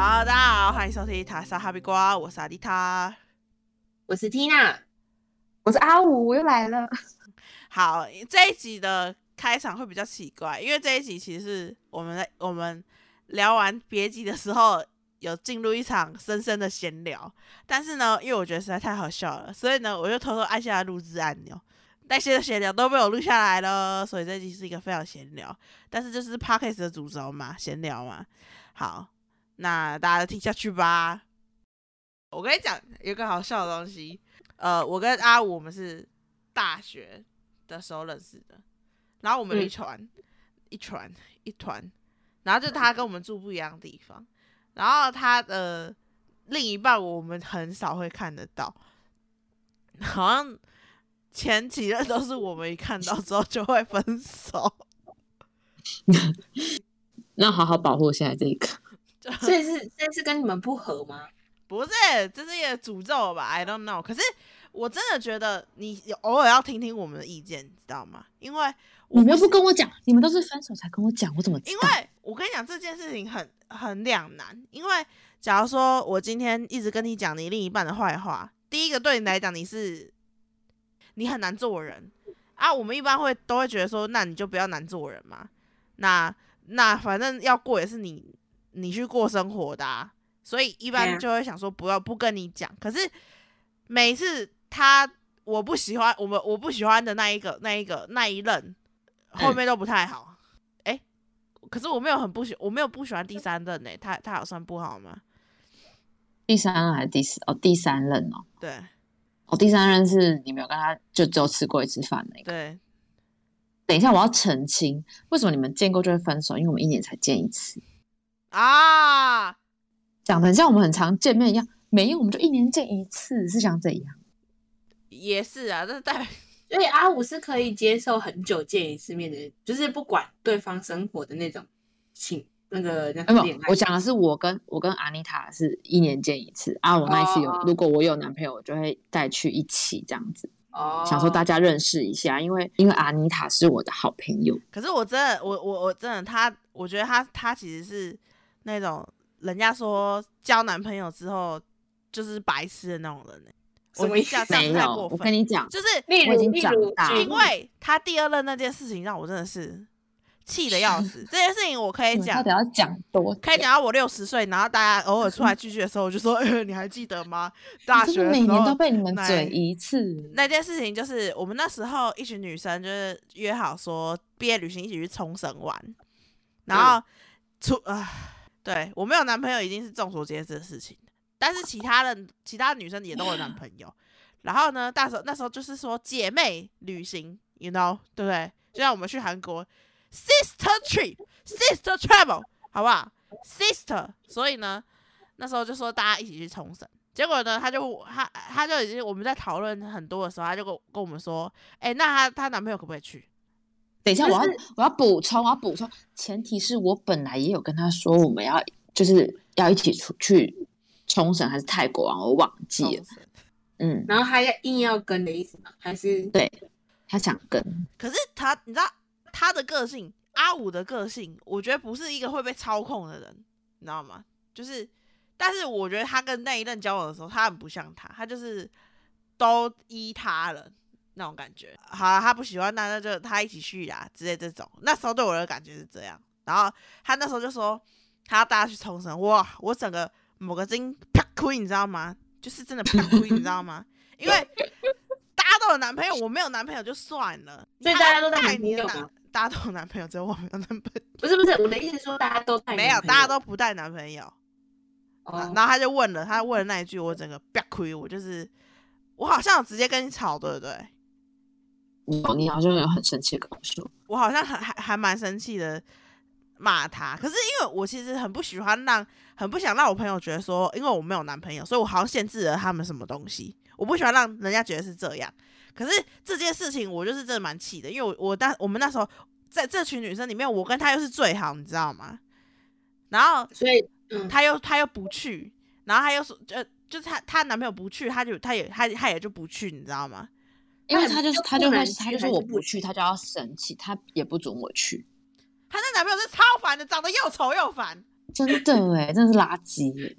欢迎收听《塔莎哈比瓜》，我是阿迪塔。我是 Tina，我是阿五，我又来了。好，这一集的开场会比较奇怪，因为这一集其实是我们在我们聊完别集的时候，有进入一场深深的闲聊。但是呢，因为我觉得实在太好笑了，所以呢，我就偷偷按下了录制按钮。那些的闲聊都被我录下来了，所以这一集是一个非常闲聊。但是这是 podcast 的主轴嘛，闲聊嘛。好，那大家听下去吧。我跟你讲，有一个好笑的东西。呃，我跟阿五我们是大学的时候认识的，然后我们有一嗯船、一船、一团，然后就他跟我们住不一样的地方，然后他的另一半我们很少会看得到，好像前几任都是我们一看到之后就会分手，要好好保护下这个。就所以是这次跟你们不合吗？不是，这是一个诅咒吧？I don't know。可是我真的觉得你有偶尔要听听我们的意见，你知道吗？因为我你们又是不跟我讲，你们都是分手才跟我讲，我怎么知因道？为我跟你讲这件事情很很两难，因为假如说我今天一直跟你讲你另一半的坏话，第一个对你来讲你是你很难做人啊，我们一般会都会觉得说，那你就不要难做人嘛，那那反正要过也是你你去过生活的、啊，所以一对般啊就会想说不要不跟你讲，可是每次他我不喜欢我们我不喜欢的那一个那一个那一任后嗯面都不太好。诶，可是我没有很不喜，我没有不喜欢第三任呢、他他有算不好吗？第三任还是第四？哦，第三任哦，对哦，第三任是你没有跟他就只有吃过一次饭那个。对，等一下，我要澄清，为什么你们见过就会分手？因为我们一年才见一次，啊，讲的像我们很常见面一样。没有，我们就一年见一次，是想怎样？也是啊，这代表所以阿五是可以接受很久见一次面的，就是不管对方生活的那种情，那个那哎没个恋有，爱。我讲的是我跟我跟阿妮塔是一年见一次啊。我那一次有哦，如果我有男朋友，我就会带去一起这样子，哦，想说大家认识一下，因为因为阿妮塔是我的好朋友。可是我真的，我我我真的，他，我觉得他他其实是那种人家说交男朋友之后就是白痴的那种人、欸，什么意思我觉得这样没这样太过有，我分跟你讲，就是例我已如经例长如大举了因为他第二任那件事情让我真的是气的要 死，这件事情我可以你们讲到底，要讲多久？可以讲到我六十岁，然后大家偶尔出来聚聚的时候，我就说：“呃，你还记得吗？大真学的的每时年候都被你们来嘴一次。那件事情，就是我们那时候一群女生就是约好说毕业旅行一起去冲绳玩，然后出啊、对我没有男朋友已经是众所皆知的事情，但是其他的其他女生也都有男朋友。然后呢，那时候那时候就是说姐妹旅行，you know，对不对？就像我们去韩国，sister trip，sister travel，好不好？sister，所以呢，那时候就说大家一起去冲绳。结果呢，他就他他就已经我们在讨论很多的时候，他就跟我跟我们说，哎、那她她男朋友可不可以去？等一下，我要就我要补充，我要补充，前提是我本来也有跟他说我们要就是要一起出去冲绳还是泰国啊，我忘记冲了。绳嗯，然后他要硬要跟的意思吗？还是对他想跟，可是他，你知道他的个性，阿五的个性，我觉得不是一个会被操控的人，你知道吗？就是，但是我觉得他跟那一任交往的时候，他很不像他，他就是都依他人那种感觉。好啦他不喜欢那那就他一起去啦之类这种。那时候对我的感觉是这样，然后他那时候就说他要带他去冲绳，哇，我整个某个筋啪亏，你知道吗？就是真的啪亏，你知道吗？因为大家都有男朋友，我没有男朋友就算了，所以他大家都在带男你的朋友男吗，大家都有男朋友，只有我没有男朋友，不是不是我的意思是说大家都带没有，大家都不带男朋友。啊哦然后他就问了，他问了那一句，我整个啪亏，我就是我好像有直接跟你吵，对不对？有你好像有很生气的跟我说，我好像还还还蛮生气的骂他，可是因为我其实很不喜欢让，很不想让我朋友觉得说，因为我没有男朋友，所以我好像限制了他们什么东西，我不喜欢让人家觉得是这样。可是这件事情我就是真的蛮气的，因为我我当我们那时候在这群女生里面，我跟她又是最好，你知道吗？然后所以嗯，她又她又不去，然后她又说，呃，就是她她男朋友不去，她就她也她她也就不去，你知道吗？因为那他就就是他不就能会去他就还是说我不不去，他就要生气，他也不准我去，她那男朋友是超烦的，长得又丑又烦。欸真的哎，真的是垃圾耶。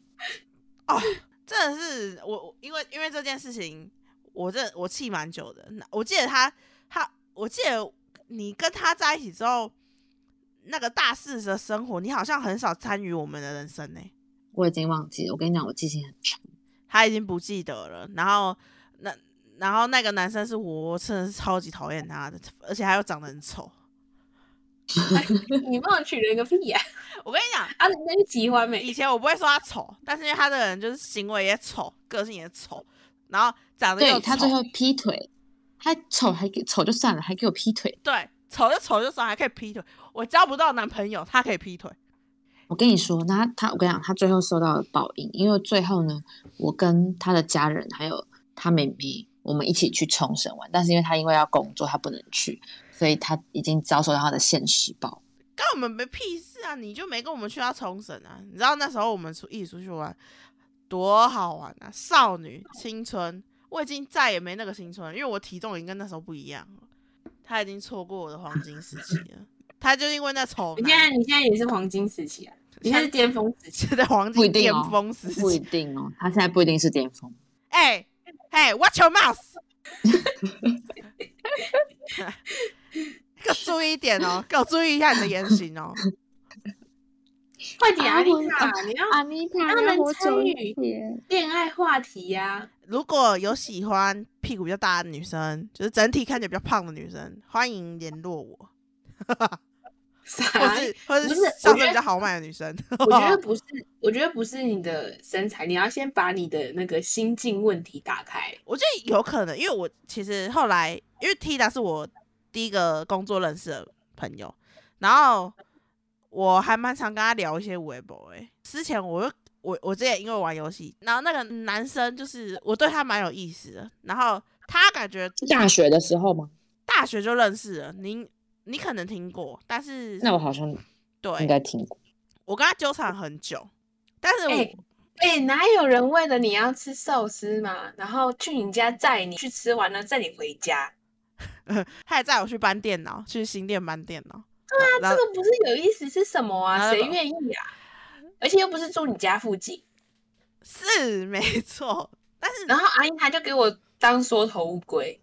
哦，真的是我，我因为因为这件事情，我这我气蛮久的。那我记得他他，我记得你跟他在一起之后，那个大四的生活，你好像很少参与我们的人生呢、我已经忘记了。我跟你讲，我记性很差。他已经不记得了。然后那然后那个男生是我，我真的是超级讨厌他的，而且他又长得很丑。你帮我取了个屁呀、我跟你讲，啊！人家是喜欢以美，前我不会说他丑，但是因为他这个人就是行为也丑，个性也丑，然后长得又对他丑最后劈腿，他丑还给丑就算了，还给我劈腿。对丑就丑就算了，还可以劈腿。我交不到男朋友，他可以劈腿。我跟你说，那他我跟你讲，他最后受到了报应，因为最后呢，我跟他的家人还有他妹妹，我们一起去冲绳玩，但是因为他因为要工作，他不能去，所以他已经遭受到他的现实 报。跟我们没屁事啊！你就没跟我们去到冲绳啊？你知道那时候我们出一起出去玩多好玩啊！少女青春，我已经再也没那个青春了，因为我体重已经跟那时候不一样了。他已经错过我的黄金时期了，他就因为那丑你现男，在你现在也是黄金时期啊，你现在是巅峰时 期，现在黄不一金定巅哦峰时不一期。定哦，他现在不一定是巅峰。哎哎，Watch your mouth！给我注意一点 哦，给我注意一下你的言行哦。快点啊，啊丽我塔，你要阿妮塔他们让我参久一与点。恋爱话题呀、如果有喜欢屁股比较大的女生，就是整体看起来比较胖的女生，欢迎联络我，或啥？是或是啊不是我上身觉得比较豪迈的女生。 我觉 得不是，我觉得不是你的身材，你要先把你的那个心境问题打开。我觉得有可能，因为我其实后来，因为 Tina 是我第一个工作认识的朋友，然后我还蛮常跟他聊一些微博诶。之前我又我我之前因为玩游戏，然后那个男生就是我对他蛮有意思的，然后他感觉大学的时候吗？大学就认识了，您你可能听过，但是那我好像对应该听过。我跟他纠缠很久，但是我、哎哎、哪有人为了你要吃寿司嘛，然后去你家载你去吃完了载你回家？哎 他也载我去搬电脑，去新店搬电脑。这啊对个不是有意思是什么然啊？后谁把愿意啊？而且又不是住你家附近。是没错，嗯然后阿英她就给我当缩头乌龟。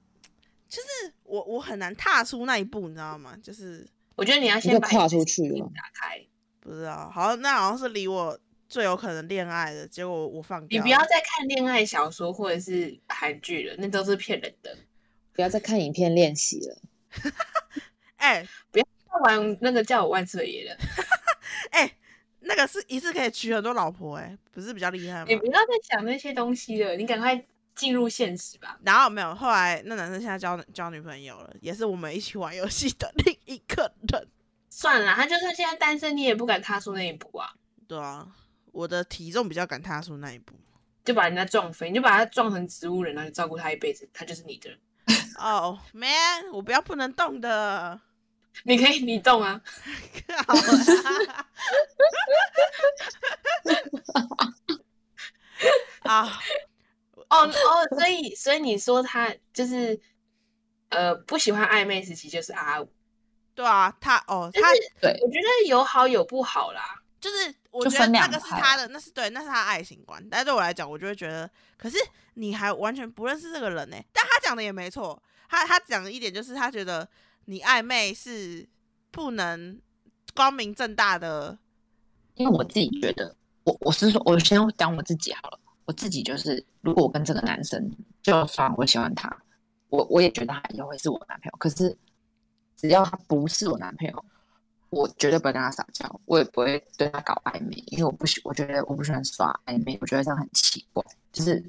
就是我我很难踏出那一步，你知道吗？就是我觉得你要你先就把跨你的出去心了打开，不知道，好像那好像是离我最有可能恋爱的，结果我放你啊掉了。不要再看恋爱小说或者是韩剧了，那都是骗人的。不要再看影片练习了。哎看完那个叫我万岁爷了，哎、那个是一次可以娶很多老婆、哎，不是比较厉害你吗不？要再想那些东西了，你赶快进入现实吧。然后没有，后来那男生现在交交女朋友了，也是我们一起玩游戏的另一个人。算了啦，他就算现在单身，你也不敢踏出那一步啊，对啊，我的体重比较敢踏出那一步。就把人家撞飞，你就把他撞成植物人，然后就照顾他一辈子，他就是你的人。哦、man，我不要不能动的，你可以你动啊，靠啦 啊，哦哦，所以所以你说他就是呃不喜欢暧昧时期就是阿五，对啊，他哦，但他是对我觉得有好有不好啦。就是我就觉得分那两个是派他的，那是对，那是他的爱情观。但对我来讲，我就会觉得，可是你还完全不认识这个人呢、但他讲的也没错，他他讲的一点就是，他觉得你暧昧是不能光明正大的，因为我自己觉得，我我是说，我先讲我自己好了。我自己就是，如果我跟这个男生，就算我喜欢他，我我也觉得他以后会是我男朋友。可是只要他不是我男朋友，我绝对不会跟他撒娇，我也不会对他搞暧昧，因为我不喜，我觉得我不喜欢耍暧昧，我觉得这样很奇怪。就是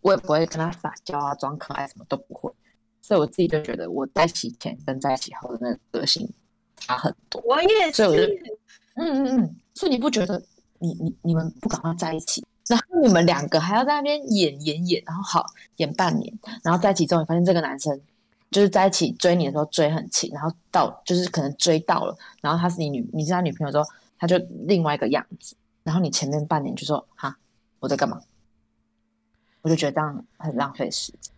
我也不会跟他撒娇啊，装可爱什么都不会。所以我自己就觉得，我在一起前跟在一起后的那个个性差很多。我也，所以我就是嗯嗯嗯，所以你不觉得你你你们不赶快在一起，然后你们两个还要在那边演演演，然后好演半年，然后在一起之后，你发现这个男生就是在一起追你的时候追很勤，然后到就是可能追到了，然后他是你女你是他女朋友之后，他就另外一个样子，然后你前面半年就说哈我在干嘛，我就觉得这样很浪费时间。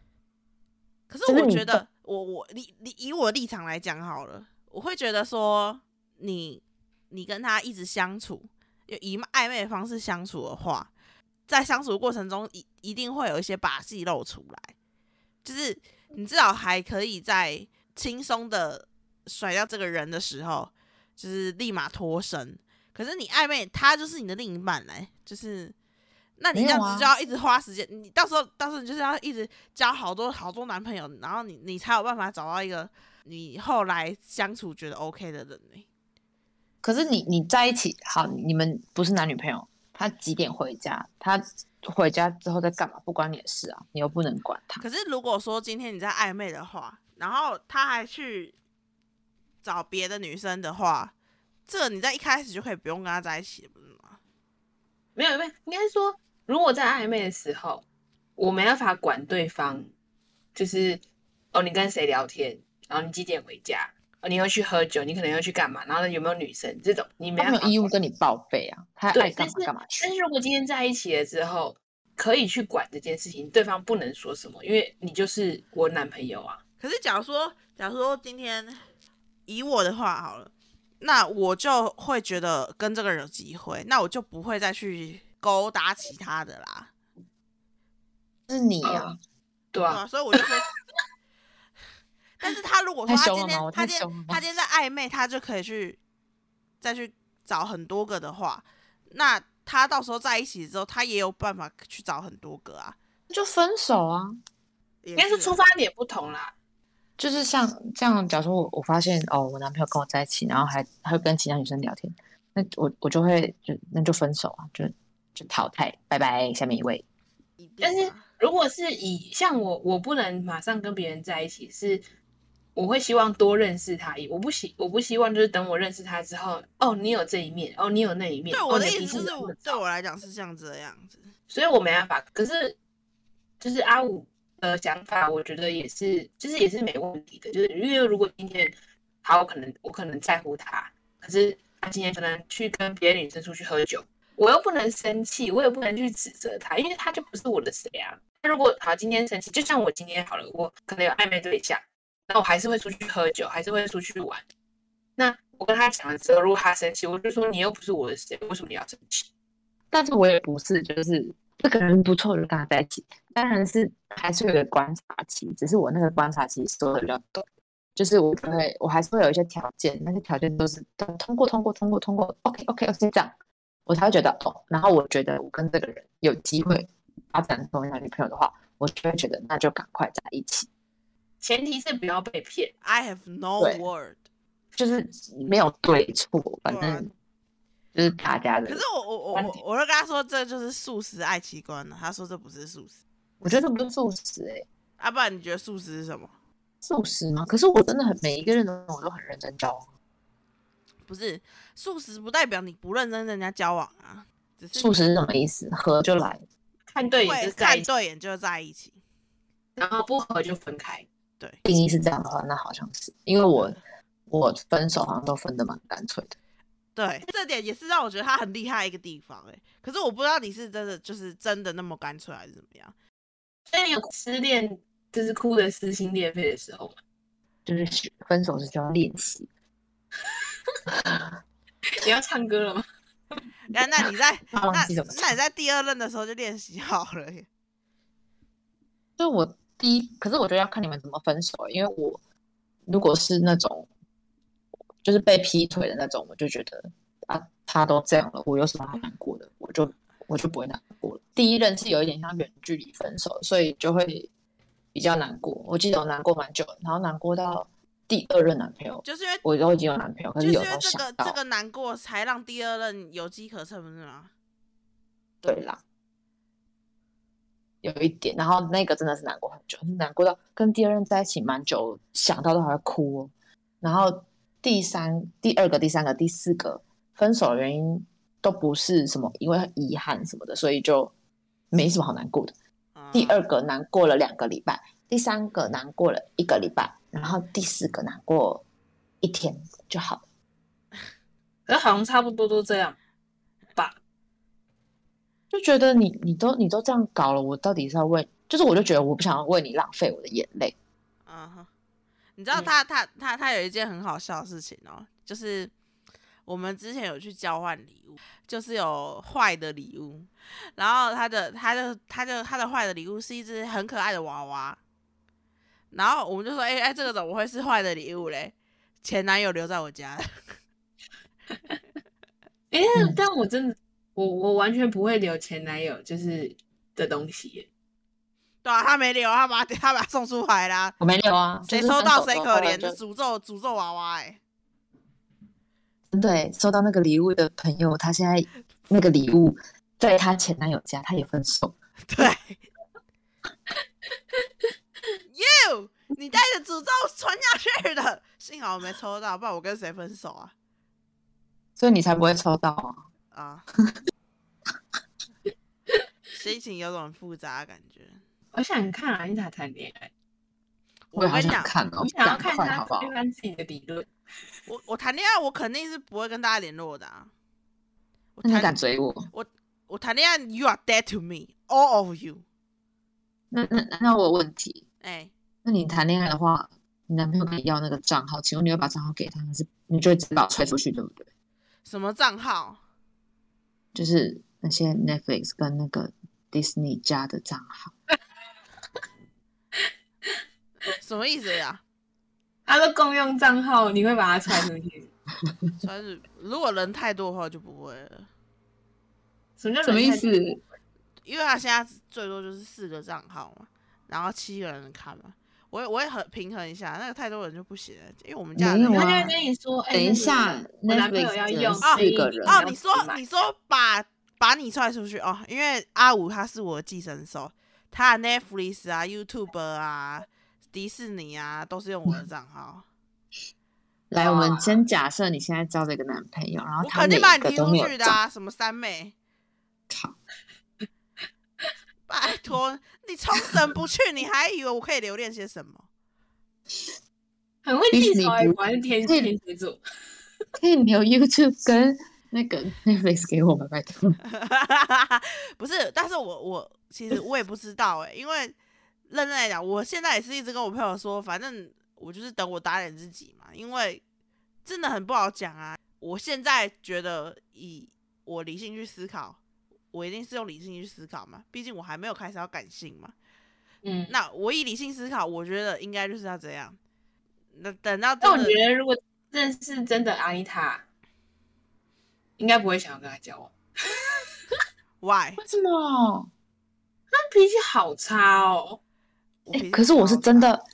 可是就是我你觉得懂，我我你你以我立场来讲好了，我会觉得说你你跟他一直相处，就以暧昧的方式相处的话，在相处过程中一一定会有一些把戏露出来，啊就是你至少还可以在轻松的甩掉这个人的时候，就是立马脱身。可是你暧昧，他就是你的另一半嘞、就是那你没这有样啊子就要一直花时间，你到时候到时候你就是要一直交好多好多男朋友，然后你你才有办法找到一个你后来相处觉得 OK 的人呢、可是你你在一起好，你们不是男女朋友，他几点回家？他回家之后在干嘛？不关你的事啊，你又不能管他。可是如果说今天你在暧昧的话，然后他还去找别的女生的话，这个你在一开始就可以不用跟他在一起了，不是吗？没有没有，应该说，如果在暧昧的时候，我没办法管对方，就是哦，你跟谁聊天，然后你几点回家，哦，你又去喝酒，你可能又去干嘛，然后呢有没有女生这种，你没他办没法有义务管跟你报备啊，他爱对，干但嘛是干嘛去但。是如果今天在一起了之后，可以去管这件事情，对方不能说什么，因为你就是我男朋友啊。可是假如说，假如说今天以我的话好了，那我就会觉得跟这个人有机会，那我就不会再去勾搭其他的啦。是你啊嗯，对对啊，啊，所以我就说， 但是他如果说太他凶今了吗天我他太今凶了天吗他今天在暧昧，他就可以去再去找很多个的话，那他到时候在一起之后，他也有办法去找很多个啊。那就分手啊。应应该是啊出发点不同啦。就是像这样，假如说我我发现哦，我男朋友跟我在一起，然后还还会跟其他女生聊天，那我我就会就那就分手啊，就就淘汰，拜拜，下面一位。啊但是如果是以像我，我不能马上跟别人在一起，是我会希望多认识他一，我不希我不希望就是等我认识他之后，哦，你有这一面，哦，你有那一面，对哦我的你意脾思气就是怎么我，糟对我来讲是像这样子。所以我没办法。可是就是阿五的想法，我觉得也是，就是也是没问题的。就是因为如果今天好，我可能我可能在乎他，可是他今天可能去跟别的女生出去喝酒，我又不能生气，我也不能去指责他，因为他就不是我的谁啊。他如果好今天生气，就像我今天好了，我可能有暧昧对象，那我还是会出去喝酒，还是会出去玩。那我跟他讲了之后，如果他生气，我就说你又不是我的谁，为什么你要生气？但是我也不是，就是这个人不错，我就跟他在一起。当然是还是有一个观察期，只是我那个观察期说的比较短，就是我就会我还是会有一些条件，那些条件都是都通过通过通过通过，OK OK OK 这样，我才会觉得哦。然后我觉得我跟这个人有机会发展成为男女朋友的话，我就会觉得那就赶快在一起，前提是不要被骗。 I have no 对 word。就是没有对错，反对啊正就是大家的可是。我我我观我点我就跟他说这就是素食爱奇观啊了，他说这不是素食，我觉得这不是素食哎、啊，不然你觉得素食是什么？素食吗？可是我真的很每一个人都我都很认真交往。不是素食不代表你不认真跟人家交往啊，只是素食是什么意思？合就来，看对眼会就在看一起，对眼就在一起。然后不合就分开。定义是这样的话，那好像是因为我我分手好像都分的蛮干脆的。对，这点也是让我觉得他很厉害的一个地方哎、可是我不知道你是真的就是真的那么干脆还是怎么 样。所以你有失恋就是哭的撕心裂肺的时候嘛，就是需分手是需要练习，你要唱歌了吗？那啊那你在 他那忘记怎么那唱你。在第二任的时候就练习好了欸耶。就我第一，可是我觉得要看你们怎么分手，欸因为我如果是那种就是被劈腿的那种，我就觉得啊，他都这样了，我有什么好难过的？我就我就不会难过了。第一任是有一点像远距离分手，所以就会比较难过。我记得我难过蛮久的，然后难过到第二任男朋友，就是因为我都已经有男朋友，可就是是因有时为候这想个到，这个难过才让第二任有机可乘，不是吗？对啦，有一点。然后那个真的是难过很久，难过到跟第二任在一起蛮久，想到都还会哭哦。然后第三、第二个、第三个、第四个分手的原因都不是什么因为遗憾什么的，所以就没什么好难过的。啊第二个难过了两个礼拜，第三个难过了一个礼拜，然后第四个难过一天就好了。可是好像差不多都这样吧。就觉得你你都你都这样搞了，我到底是要为？就是我就觉得我不想要为你浪费我的眼泪。嗯哼，你知道嗯他、他他他有一件很好笑的事情哦，就是我们之前有去交换礼物，就是有坏的礼物，然后他的他就他就他的坏的礼物是一只很可爱的娃娃，然后我们就说，哎、哎，这个怎么会是坏的礼物嘞？前男友留在我家 的，哎、但嗯但我真的，我我完全不会留前男友就是的东西耶，对啊，他没留，他把他把他送出来啦，我没留啊，谁就是收分到手谁之可后怜，就诅咒诅咒娃娃、哎，对，收到那个礼物的朋友，他现在那个礼物在他前男友家，他也分手。 对，You，你带着诅咒传下去的，幸好我没抽到，不然我跟谁分手啊？所以你才不会抽到啊！啊， 心情有种复杂的感觉。我想看阿妮塔谈恋爱，我也好跟你讲，想看哦，我想要赶看快她好不好推？翻自己的理论。我我谈恋爱，我肯定是不会跟大家联络的、啊。我那你敢谈追我？我谈恋爱，You are dead to me, all of you。那那那我有问题，哎、那你谈恋爱的话，你男朋友跟你要那个账号，请问你会把账号给他，还是你就会直接把我踹出去，对不对？什么账号？就是那些 Netflix 跟那个 Disney 家的账号，什么意思呀、他说共用账号，你会把他传出去？算是如果人太多的话就不会了，什么叫什么人意太思？因为他现在最多就是四个账号嘛，然后七个人看嘛。我也我也很平衡一下，那个太多人就不行了，因为我们家的没有他啊就会跟你说，哎、等一那个下我男朋友，Netflix 要只能用四所以个人哦，要你自说买你说把把你踹出去哦，因为阿五他是我的寄生兽，他的 Netflix 啊、YouTube 啊、迪士尼啊都是用我的账嗯号，来，我们先假设你现在交了一个男朋友，然后啊我他肯啊每定把一你个踢都出没有去的账啊！什么三妹，号，拜托你冲绳不去，你还以为我可以留恋些什么？很会记 Disney 仇、欸，不果然是天对天蝎座。可以留 YouTube 跟那个 Netflix 给我们，拜托。 不是，但是我我其实我也不知道哎、因为认真来讲，我现在也是一直跟我朋友说，反正我就是等我打脸自己嘛，因为真的很不好讲啊。我现在觉得以我理性去思考，我一定是用理性去思考嘛，毕竟我还没有开始要感性嘛。嗯，那我以理性思考，我觉得应该就是要这样。那等到真但我的觉得如果认识真的阿妮塔，应该不会想要跟他交往。 why，为什么？他脾气好差哦，我哎、脾气可是我是超真差的，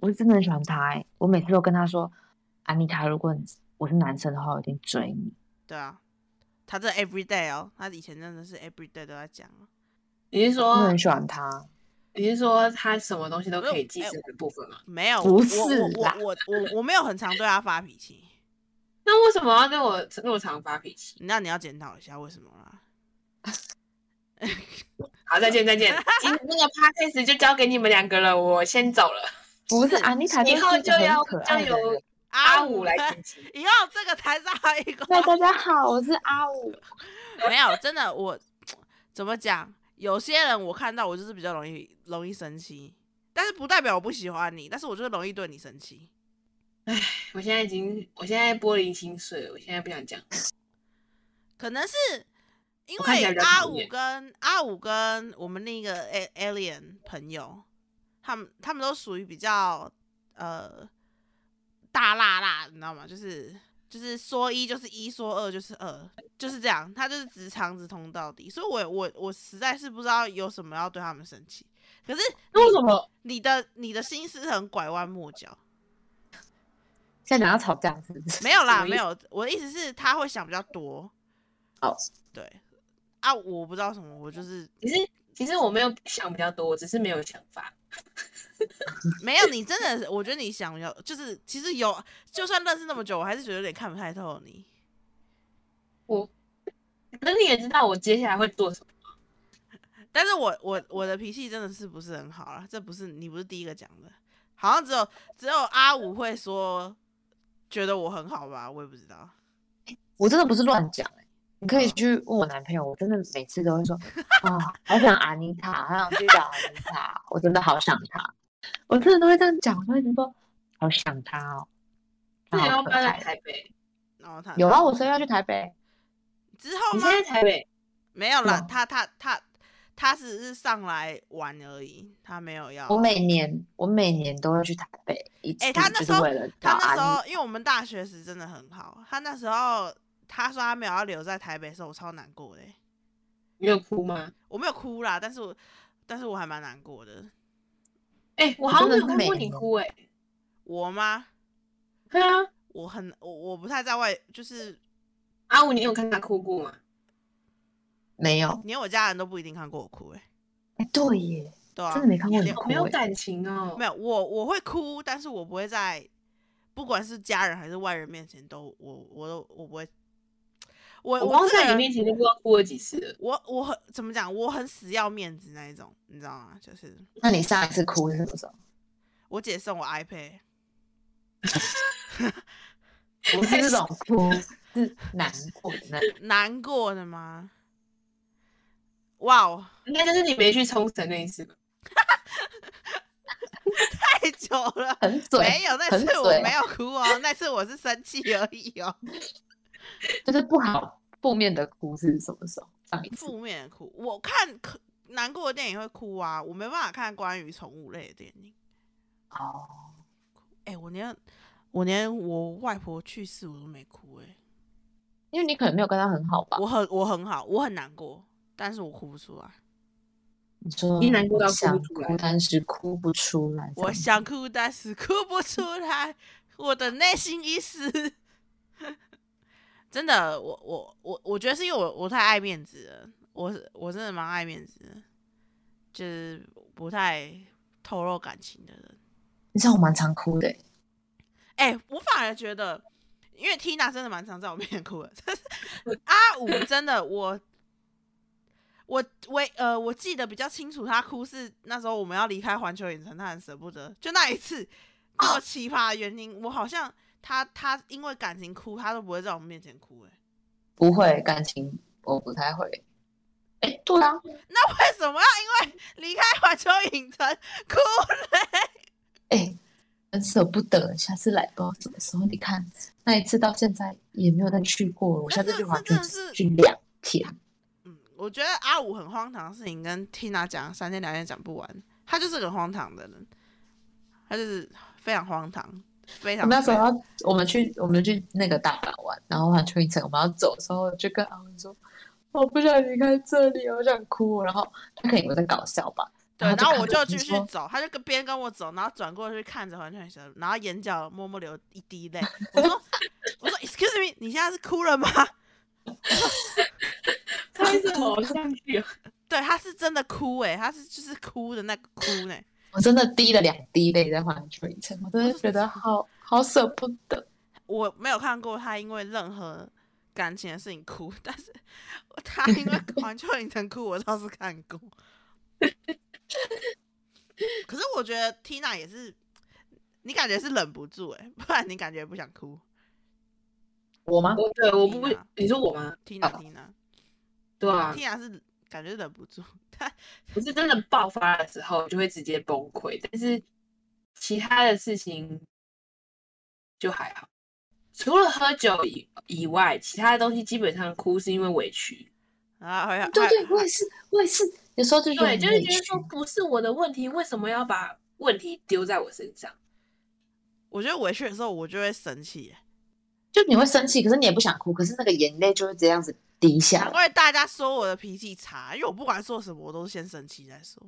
我是真的很喜欢他、欸。我每次都跟他说：“安妮塔，如果你我是男生的话，我一定追你。对啊，他这 every day 哦，他以前真的是 every day 都在讲哦。你是”说我很喜欢他。你是说他什么东西都可以寄哎生的部分吗？没有，不我是我我啦我我我没有很常对他发脾气，那为什么要对我那么常发脾气？那你要检讨一下为什么啦。好，再见再 见，今天这个 podcast 就交给你们两个了，我先走了，不是安妮塔，以后就要可就爱的由人。阿五来主持。以后这个才是阿一个。嗨，大家好，我是阿五。没有，真的我怎么讲？有些人我看到我就是比较容易容易生气，但是不代表我不喜欢你，但是我就是容易对你生气。我现在已经，我现在玻璃心碎了，我现在不想讲。可能是因我看起为来比较阿讨五厌跟阿五跟我们另一个 a- alien 朋友，他们他们都属于比较呃大辣辣，你知道吗？就是就是说一就是一，说二就是二，就是这样。他就是直肠直通到底，所以我我我实在是不知道有什么要对他们生气。可是那为什么？你的你的心思很拐弯抹角，现在讲要吵架是不是？没有啦，什么意没有。我的意思是他会想比较多，哦，对啊，我不知道什么，我就是其实其实我没有想比较多，我只是没有想法。没有，你真的，我觉得你想要，就是其实有，就算认识那么久，我还是觉得有点看不太透你。我，可是你也知道我接下来会做什么。但是我我我的脾气真的是不是很好啦，这不是你不是第一个讲的，好像只有只有阿五会说觉得我很好吧，我也不知道。我真的不是乱讲、欸。你可以嗯去问我男朋友，我真的每次都会说：“啊、好想安妮塔，好想去找安妮塔，我真的好想他。”我真的都会这样讲，我会一直说：“好想他哦。”那他你好要可搬来爱台北？然后他有啊，我所以要去台北，之后你吗现？在台北，没有啦，嗯他他他他只是上来玩而已，他没有要。我每年我每年都会去台北一次，哎哦他那就时是候为了他找那时安妮候，因为我们大学时真的很好，他那时候他说他没有要留在台北的时候，我超难过的欸、你有哭吗？我没有哭啦，但是我但是我还蛮难过的。哎，我好像没有真的是看每过你年哭哎。我吗？对啊，我很我我不太在外，就是阿五，你有看他哭过吗？没有，连我家人都不一定看过我哭、欸，哎，哎、对耶，对啊，真的没看过你连哭、没有哎感情哦，没有，我我会哭，但是我不会在不管是家人还是外人面前都我我都我不会，我我光这个在你人面前就不知道哭了几次了。我我很怎么讲，我很死要面子那一种，你知道吗？就是那你上一次哭是什么时候？我姐送我 iPad，不是这种哭，是难过的那种。难过的吗？哇哦，应该就是你没去冲绳那一次吧？太久了，很嘴，没有那很次我嘴没有哭哦，那次我是生气而已哦，就是不好负面的哭是什么时候？上一次负面的哭。我看可难过的电影会哭啊，我没办法看关于宠物类的电影。哦，哎、我连我连我外婆去世我都没哭哎、因为你可能没有跟他很好吧？我很我很好，我很难过，但是我哭不出来，你说你难过到哭不想出哭来，但是哭不出来。我这样想哭但是哭不出来，我的内心已死。 真的，我我我我觉得是因为我我太爱面子了，我是我真的蛮爱面子的，就是不太透露感情的人。你知道我蛮常哭的欸、哎、我反而觉得，因为 Tina 真的蛮常在我面前哭的，但是阿五真的我。我我呃，我记得比较清楚，他哭是那时候我们要离开环球影城，他很舍不得。就那一次，这么奇葩的原因，我好像他他因为感情哭，他都不会在我们面前哭、欸。不会感情，我不太会。哎、对啊，那为什么要因为离开环球影城哭嘞？哎、很舍不得，下次来不知道什么时候。你看那一次到现在也没有再去过了，我下但次是去那真完全的是只去两天。嗯，我觉得阿五很荒唐的事情跟 Tina 讲三天两夜讲不完，他就是个荒唐的人，他就是非常荒唐，非我常们那时候废要我们去我们去那个大阪玩，然后环球影城我们要走的时候，就跟阿文说。我不想离开这里，我想哭。哦然后他可能以为在搞笑吧，对，然然后后我就就看继着续你说走，他就跟边跟我走，然后转过去看着环球影城，然后眼角默默流一滴泪。我说我说 Excuse me，你现在是哭了吗？ 拍什么偶像剧 啊？对，他是真的哭诶、他是就是哭的那个哭呢、我真的滴了两滴泪在环球影城，我真的觉得好好舍不得。我没有看过他因为任何感情的事情哭， 但是他因为环球影城哭，我倒是看过。 可是我觉得 Tina 也是，你感觉是忍不住哎、不然你感觉不想哭。我吗？我哦对我不你呢，你说我吗？ Tina 哦 Tina 对啊， Tina 是感觉忍不住， 但我是真的爆发的时候就会直接崩溃，但是其他的事情就还好，除了喝酒以以外，其他的东西基本上哭是因为委屈，啊会对对，会我也是，我也是，有时候就觉得对，很就是委觉得说屈不是我的问题，为什么要把问题丢在我身上？我觉得委屈的时候我就会生气、欸，就你会生气，可是你也不想哭，可是那个眼泪就会这样子滴下难来。怪大家说我的脾气差，因为我不管做什么我都是先生气再说。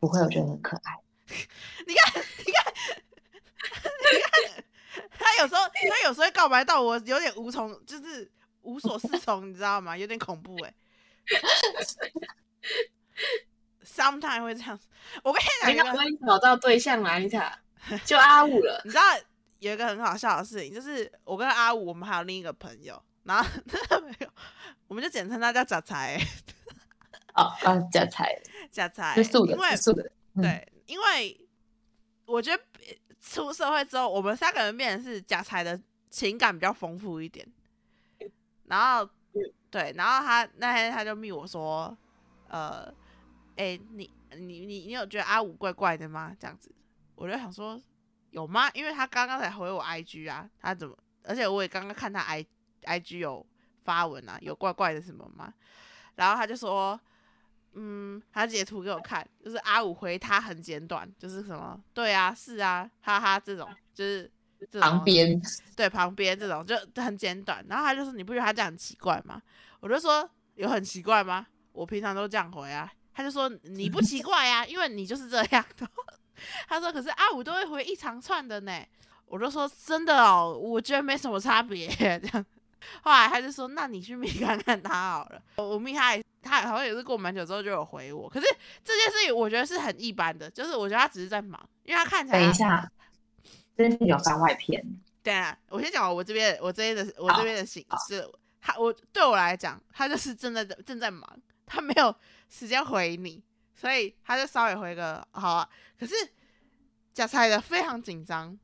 不会，我觉得很可爱。你看，你看，你看，他有时候，他有时候会告白到我有点无从，就是无所 适从，你知道吗？有点恐怖哎、Sometime 会这样，我跟你讲没一想个，到你找到对象啦，你塔就阿五 了，你知道有一个很好笑的事情，就是我跟阿五，我们还有另一个朋友，然后 那个朋友，我们就简称他叫“假财哦啊，加菜”，假财，吃素的因为，吃素的，嗯对，因为我觉得呃出社会之后，我们三个人变成是假才的情感比较丰富一点。然后，对，然后他那天他就密我说，呃，哎、你你你你有觉得阿五怪怪的吗？这样子，我就想说有吗？因为他刚刚才回我 IG 啊，他怎么？而且我也刚刚看他 I IG 有发文啊，有怪怪的什么吗？然后他就说，嗯，他截图给我看，就是阿五回他很简短，就是什么对啊，是啊，哈哈这种，就是这种旁边对旁边这种就很简短。然后他就说：“你不觉得他这样很奇怪吗？”我就说：“有很奇怪吗？我平常都这样回啊。”他就说：“你不奇怪呀、啊，因为你就是这样的。” 他说：“可是阿五都会回一长串的呢。”我就说：“真的哦，我觉得没什么差别。” 这样，后来他就说：“那你去密看看他好了。”我密他也，他好像也是过蛮久之后就有回我。可是这件事情我觉得是很一般的，就是我觉得他只是在忙，因为他看起来等一下，最近有番外篇，对啊，我先讲完我这边，我这边的我这边的形式，他我对我来讲，他就是正在正在忙，他没有时间回你，所以他就稍微回个好啊。可是贾才的非常紧张，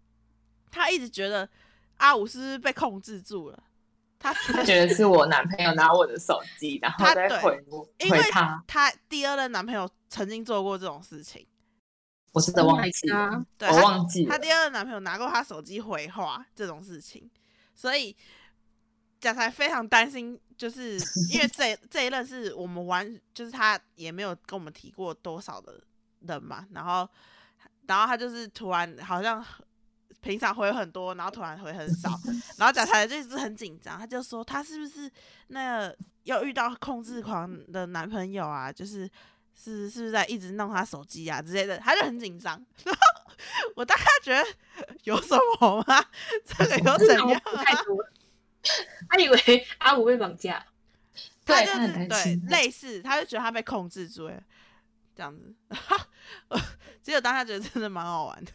他一直觉得阿五是不是被控制住了，他他 觉得是我男朋友拿我的手机，然后他再对回我因回为他，他第二任男朋友曾经做过这种事情，我真的 Oh 忘 my 记了 god，对，我他忘记她了，第二任男朋友拿过她手机回话这种事情，所以贾才非常担心，就是因为这这一任是我们玩，就是他也没有跟我们提过多少的人嘛，然后然后他就是突然好像平常回很多，然后突然回很少，然后贾才就一直很紧张，他就说他是不是那个又遇到控制狂的男朋友啊，就是。是是不是在一直弄他手机啊之类的，他就很紧张。 然后我大概觉得有什么吗？ 这个有这怎种样啊不吗？太多。他以为 阿五被绑架，他对就他很是担对心类似，他就觉得他被控制住了， 这样子。只有当下觉得真的蛮好玩的。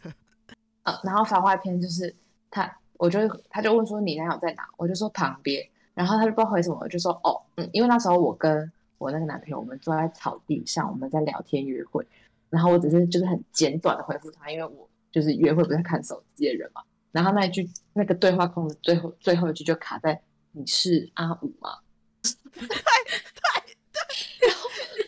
呃，然后番外篇就是他，我就他就问说你男友在哪，我就说旁边，然后他就不知道回什么，我就说哦，嗯，因为那时候我跟我那个男朋友，我们坐在草地上，我们在聊天约会，然后我只是就是很简短的回复他，因为我就是约会不是看手机的人嘛，然后那一句那个对话空的最后最后一句就卡在你是阿五吗？对对对，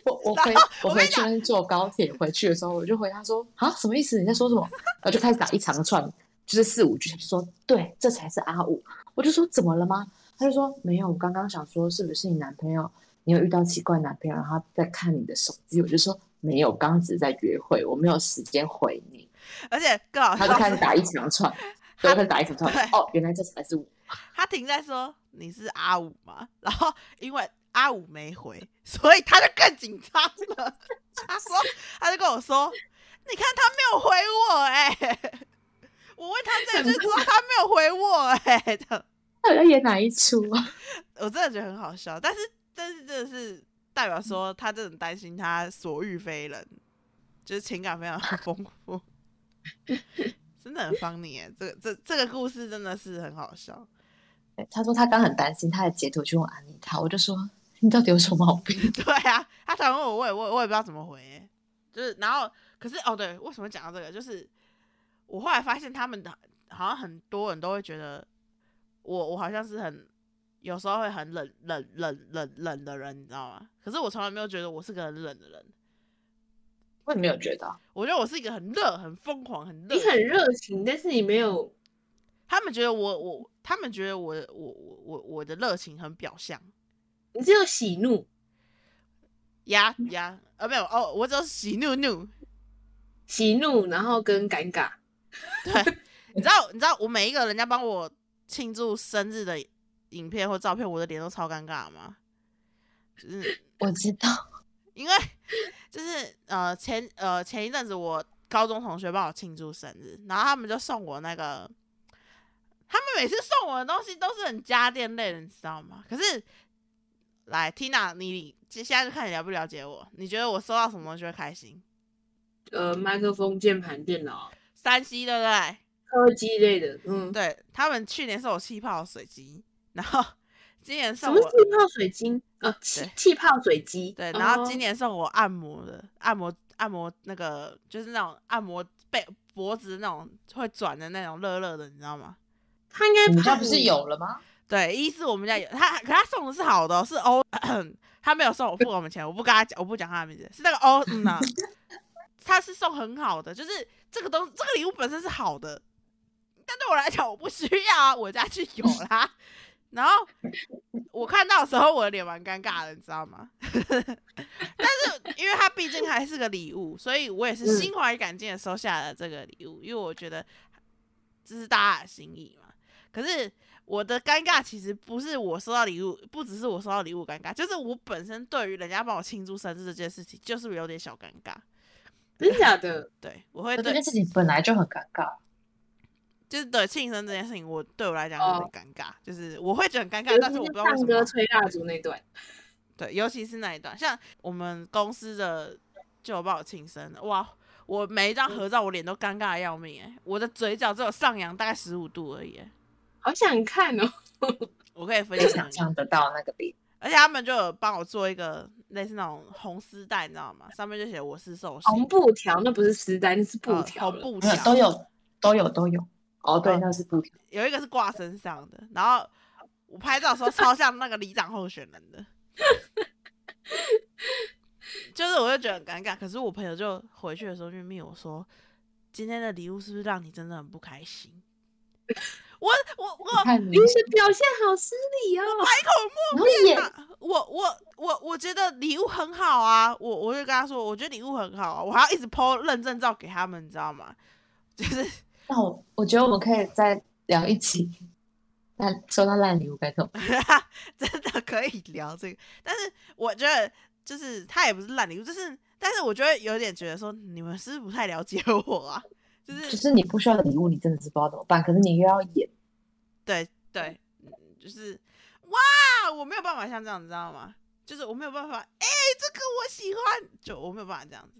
我我回我我回跟你去那边坐高铁回去的时候，我就回他说啊什么意思？你在说什么？然后就开始打一长串，就是四五句，他就说对，这才是阿五。我就说怎么了吗？他就说没有，我刚刚想说是不是你男朋友，你有遇到奇怪男朋友，然后在看你的手机。我就说没有，刚刚只是在约会，我没有时间回 你。而且更好他就笑开始是，打一长串，对，开始打一长串对。哦，原来这才是我。他停在说你是阿五吗？然后因为阿五没回，所以他就更紧张了。他说，他就跟我说，你看他没有回我哎、我问他这句之后，他没有回我哎、这样他要演哪一出啊？我真的觉得很好笑，但是但是真的是代表说他真的很担心他所遇非人，就是情感非常的丰富， 真的很帮你耶，这个这这个故事真的是很好笑，对他说他刚很担心，他的截图去问安妮塔，我就说你到底有什么毛病？ 对啊，他常问我，我也我也我也不知道怎么回耶，就是然后可是哦对，为什么讲到这个？就是我后来发现他们的好像很多人都会觉得我我好像是很。有时候会很冷冷冷冷冷的人，你知道吗？可是我从来没有觉得我是个很冷的人，我也没有觉得啊，我觉得我是一个很热、很疯狂、很热你。很热情，但是你没有他们觉得我我，他们觉得我我我我我的热情很表象你只有喜怒，呀呀，呃没有哦，我只有喜怒怒。喜怒，然后跟尴尬。你知道你知道我每一个人家帮我庆祝生日的影片或照片，我的脸都超尴尬吗？就是我知道。 因为就是呃前呃前一阵子我高中同学帮我庆祝生日，然后他们就送我那个，他们每次送我的东西都是很家电类的，你知道吗？可是来 Tina，你接下来就看你了不了解我，你觉得我收到什么东西会开心？呃，麦克风、键盘、电脑、三 C 对不对？科技类的，嗯，对他们去年送我气泡水机，然后今年什送么我气泡水晶？哦，气对气泡水机。对，然后今哦年送我按摩的，按摩按摩那个就是那种按摩背脖子那种会转的那种热热的，你知道吗？他应该你家怕不是你有了吗？对，一是我们家有他，可他送的是好的哦、是欧， 他没有送我付我们钱，我不跟他讲，我不讲他的名字，是那个欧嗯啊，他是送很好的，就是这个东这个礼物本身是好的，但对我来讲我不需要啊，我家就有啦，然后我看到的时候，我的脸蛮尴尬的，你知道吗？ 但是因为它毕竟还是个礼物，所以我也是心怀感激的收下了这个礼物，因为我觉得这是大家的心意嘛。可是我的尴尬其实不是我收到礼物，不只是我收到礼物尴尬，就是我本身对于人家帮我庆祝生日这件事情，就是有点小尴尬。真的 假的？对我会可这对件事情本来就很尴尬，就是对庆生这件事情，我对我来讲有哦点尴尬，就是我会觉得很尴尬尤，但其是我是不知道为什么唱歌。吹蜡烛那段，对，尤其是那一段，像我们公司的就有帮我庆生的，哇，我每一张合照我脸都尴尬的要命哎、我的嘴角只有上扬大概十五度而已欸、好想看哦。我可以分可以享给想你，象得到那个脸。而且他们就有帮我做一个类似那种红丝带，你知道吗？上面就写我是寿星，红哦布条那不是哦丝带，那是布呃条红了。嗯布没条有都有都有都有。哦，对哦，那是布条。有一个是挂身上的，然后我拍照的时候超像那个里长候选人的，就是我就觉得很尴尬。可是我朋友就回去的时候就密我说，今天的礼物是不是让你真的很不开心？ 我我我你看你啊你，的表现好失礼哦，然后也那我我我我觉得礼物很好啊，我我就跟他说，我觉得礼物很好啊，我还要一直 PO 认证照给他们，你知道吗？ 就是那我我觉得我们可以再聊一集，烂收到烂礼物该怎么办？真的可以聊这个，但是我觉得就是他也不是烂礼物，就是但是我觉得有点觉得说你们是不是不太了解我啊， 就是就是你不需要礼物，你真的是不知道怎么办，可是你又要演，对对，嗯就是哇，我没有办法像这样，你知道吗？就是我没有办法，哎、这个我喜欢，就我没有办法这样子，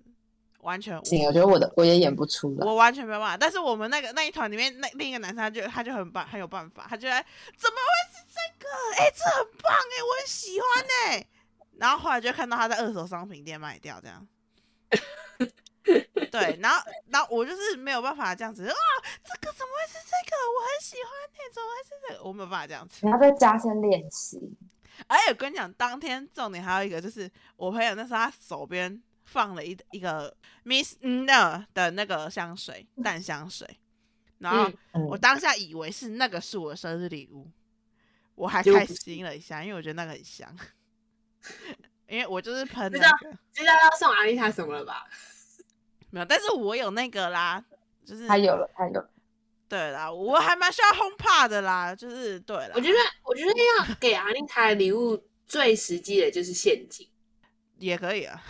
完全不行，我我觉得我的我也演不出来。我完全没有办法。但是我们那个那一团里面那另一个男生，他就他就很棒，很有办法，他就来怎么会是这个？哎、这很棒哎、我很喜欢哎、然后后来就看到他在二手商品店卖掉这样。对，然后然后我就是没有办法这样子啊，这个怎么会是这个？我很喜欢哎、怎么会是这个？我没有办法这样子。你要在家先练习，而且我跟你讲，当天重点还有一个就是，我朋友那时候他手边放了一一个 Miss No 的那个香水，淡香水，然后嗯嗯我当下以为是那个是我的生日礼物，我还结果开不是心了一下，因为我觉得那个很香， 因为我就是喷知那道个 知道要送阿丽塔什么了吧？没有，但是我有那个啦，就是他有了，他有了。对啦，我还蛮需要轰趴的啦，就是对啦，我觉得我觉得要给阿丽塔的礼物最实际的就是现金。也可以啊，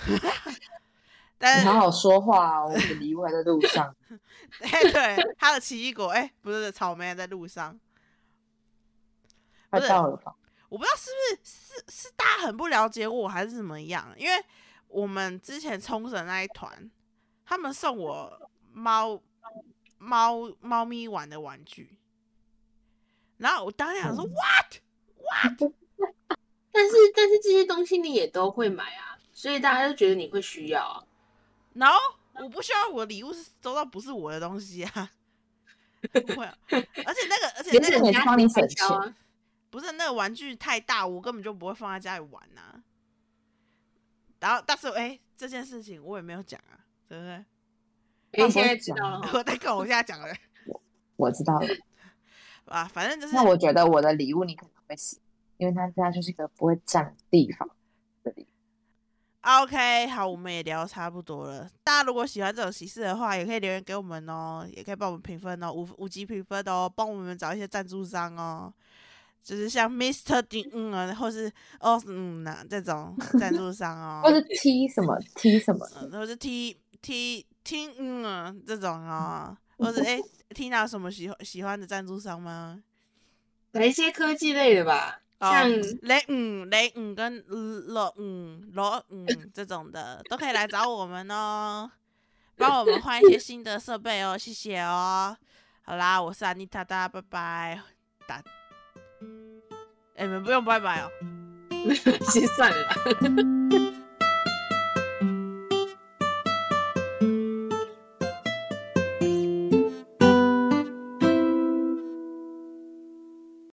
但你是好好说话哦，我的礼物还在路 上。哎，对，他的奇异果，哎、不是草莓还在路上。快不是到了吧？我不知道是不是是是大家很不了解我还是怎么样，因为我们之前冲绳那一团，他们送我猫猫猫咪玩的玩具，然后我当时想说、嗯 what，但是但是这些东西你也都会买啊，所以大家就觉得你会需要啊。然后我不需要我的礼物是收到不是我的东西啊， 不会啊，而且那个而且也那是个可以家帮庭你开省销啊，不是那个玩具太大，我根本就不会放在家里玩呐、然后但是哎、这件事情我也没有讲啊，对不对？哎、那现我在知讲道了哈。 我在跟我现在讲了我知道了。啊，反正就是那我觉得我的礼物你可能会喜欢，因为他家就是一个不会占地方的礼物。 OK。好，我们也聊得差不多了。大家如果喜欢这种形式的话，也可以留言给我们哦，也可以帮我们评分哦，五五级评分哦，帮我们找一些赞助商哦，就是像 Mr. 丁嗯啊，或是哦嗯呐、这种赞助商哦， 或是 T 什么 T 什么，嗯，或是 T T T 嗯啊这种哦，或是哎 Tina 有什么喜欢喜欢的赞助商吗？来哦一些科技类的吧，哦像 雷嗯雷嗯跟罗嗯罗嗯这种的都可以来找我们哦，帮我们换一些新的设备哦，谢谢哦。好啦，我是安妮塔达，拜拜。打，哎、你们不用拜拜哦。其实算了啦。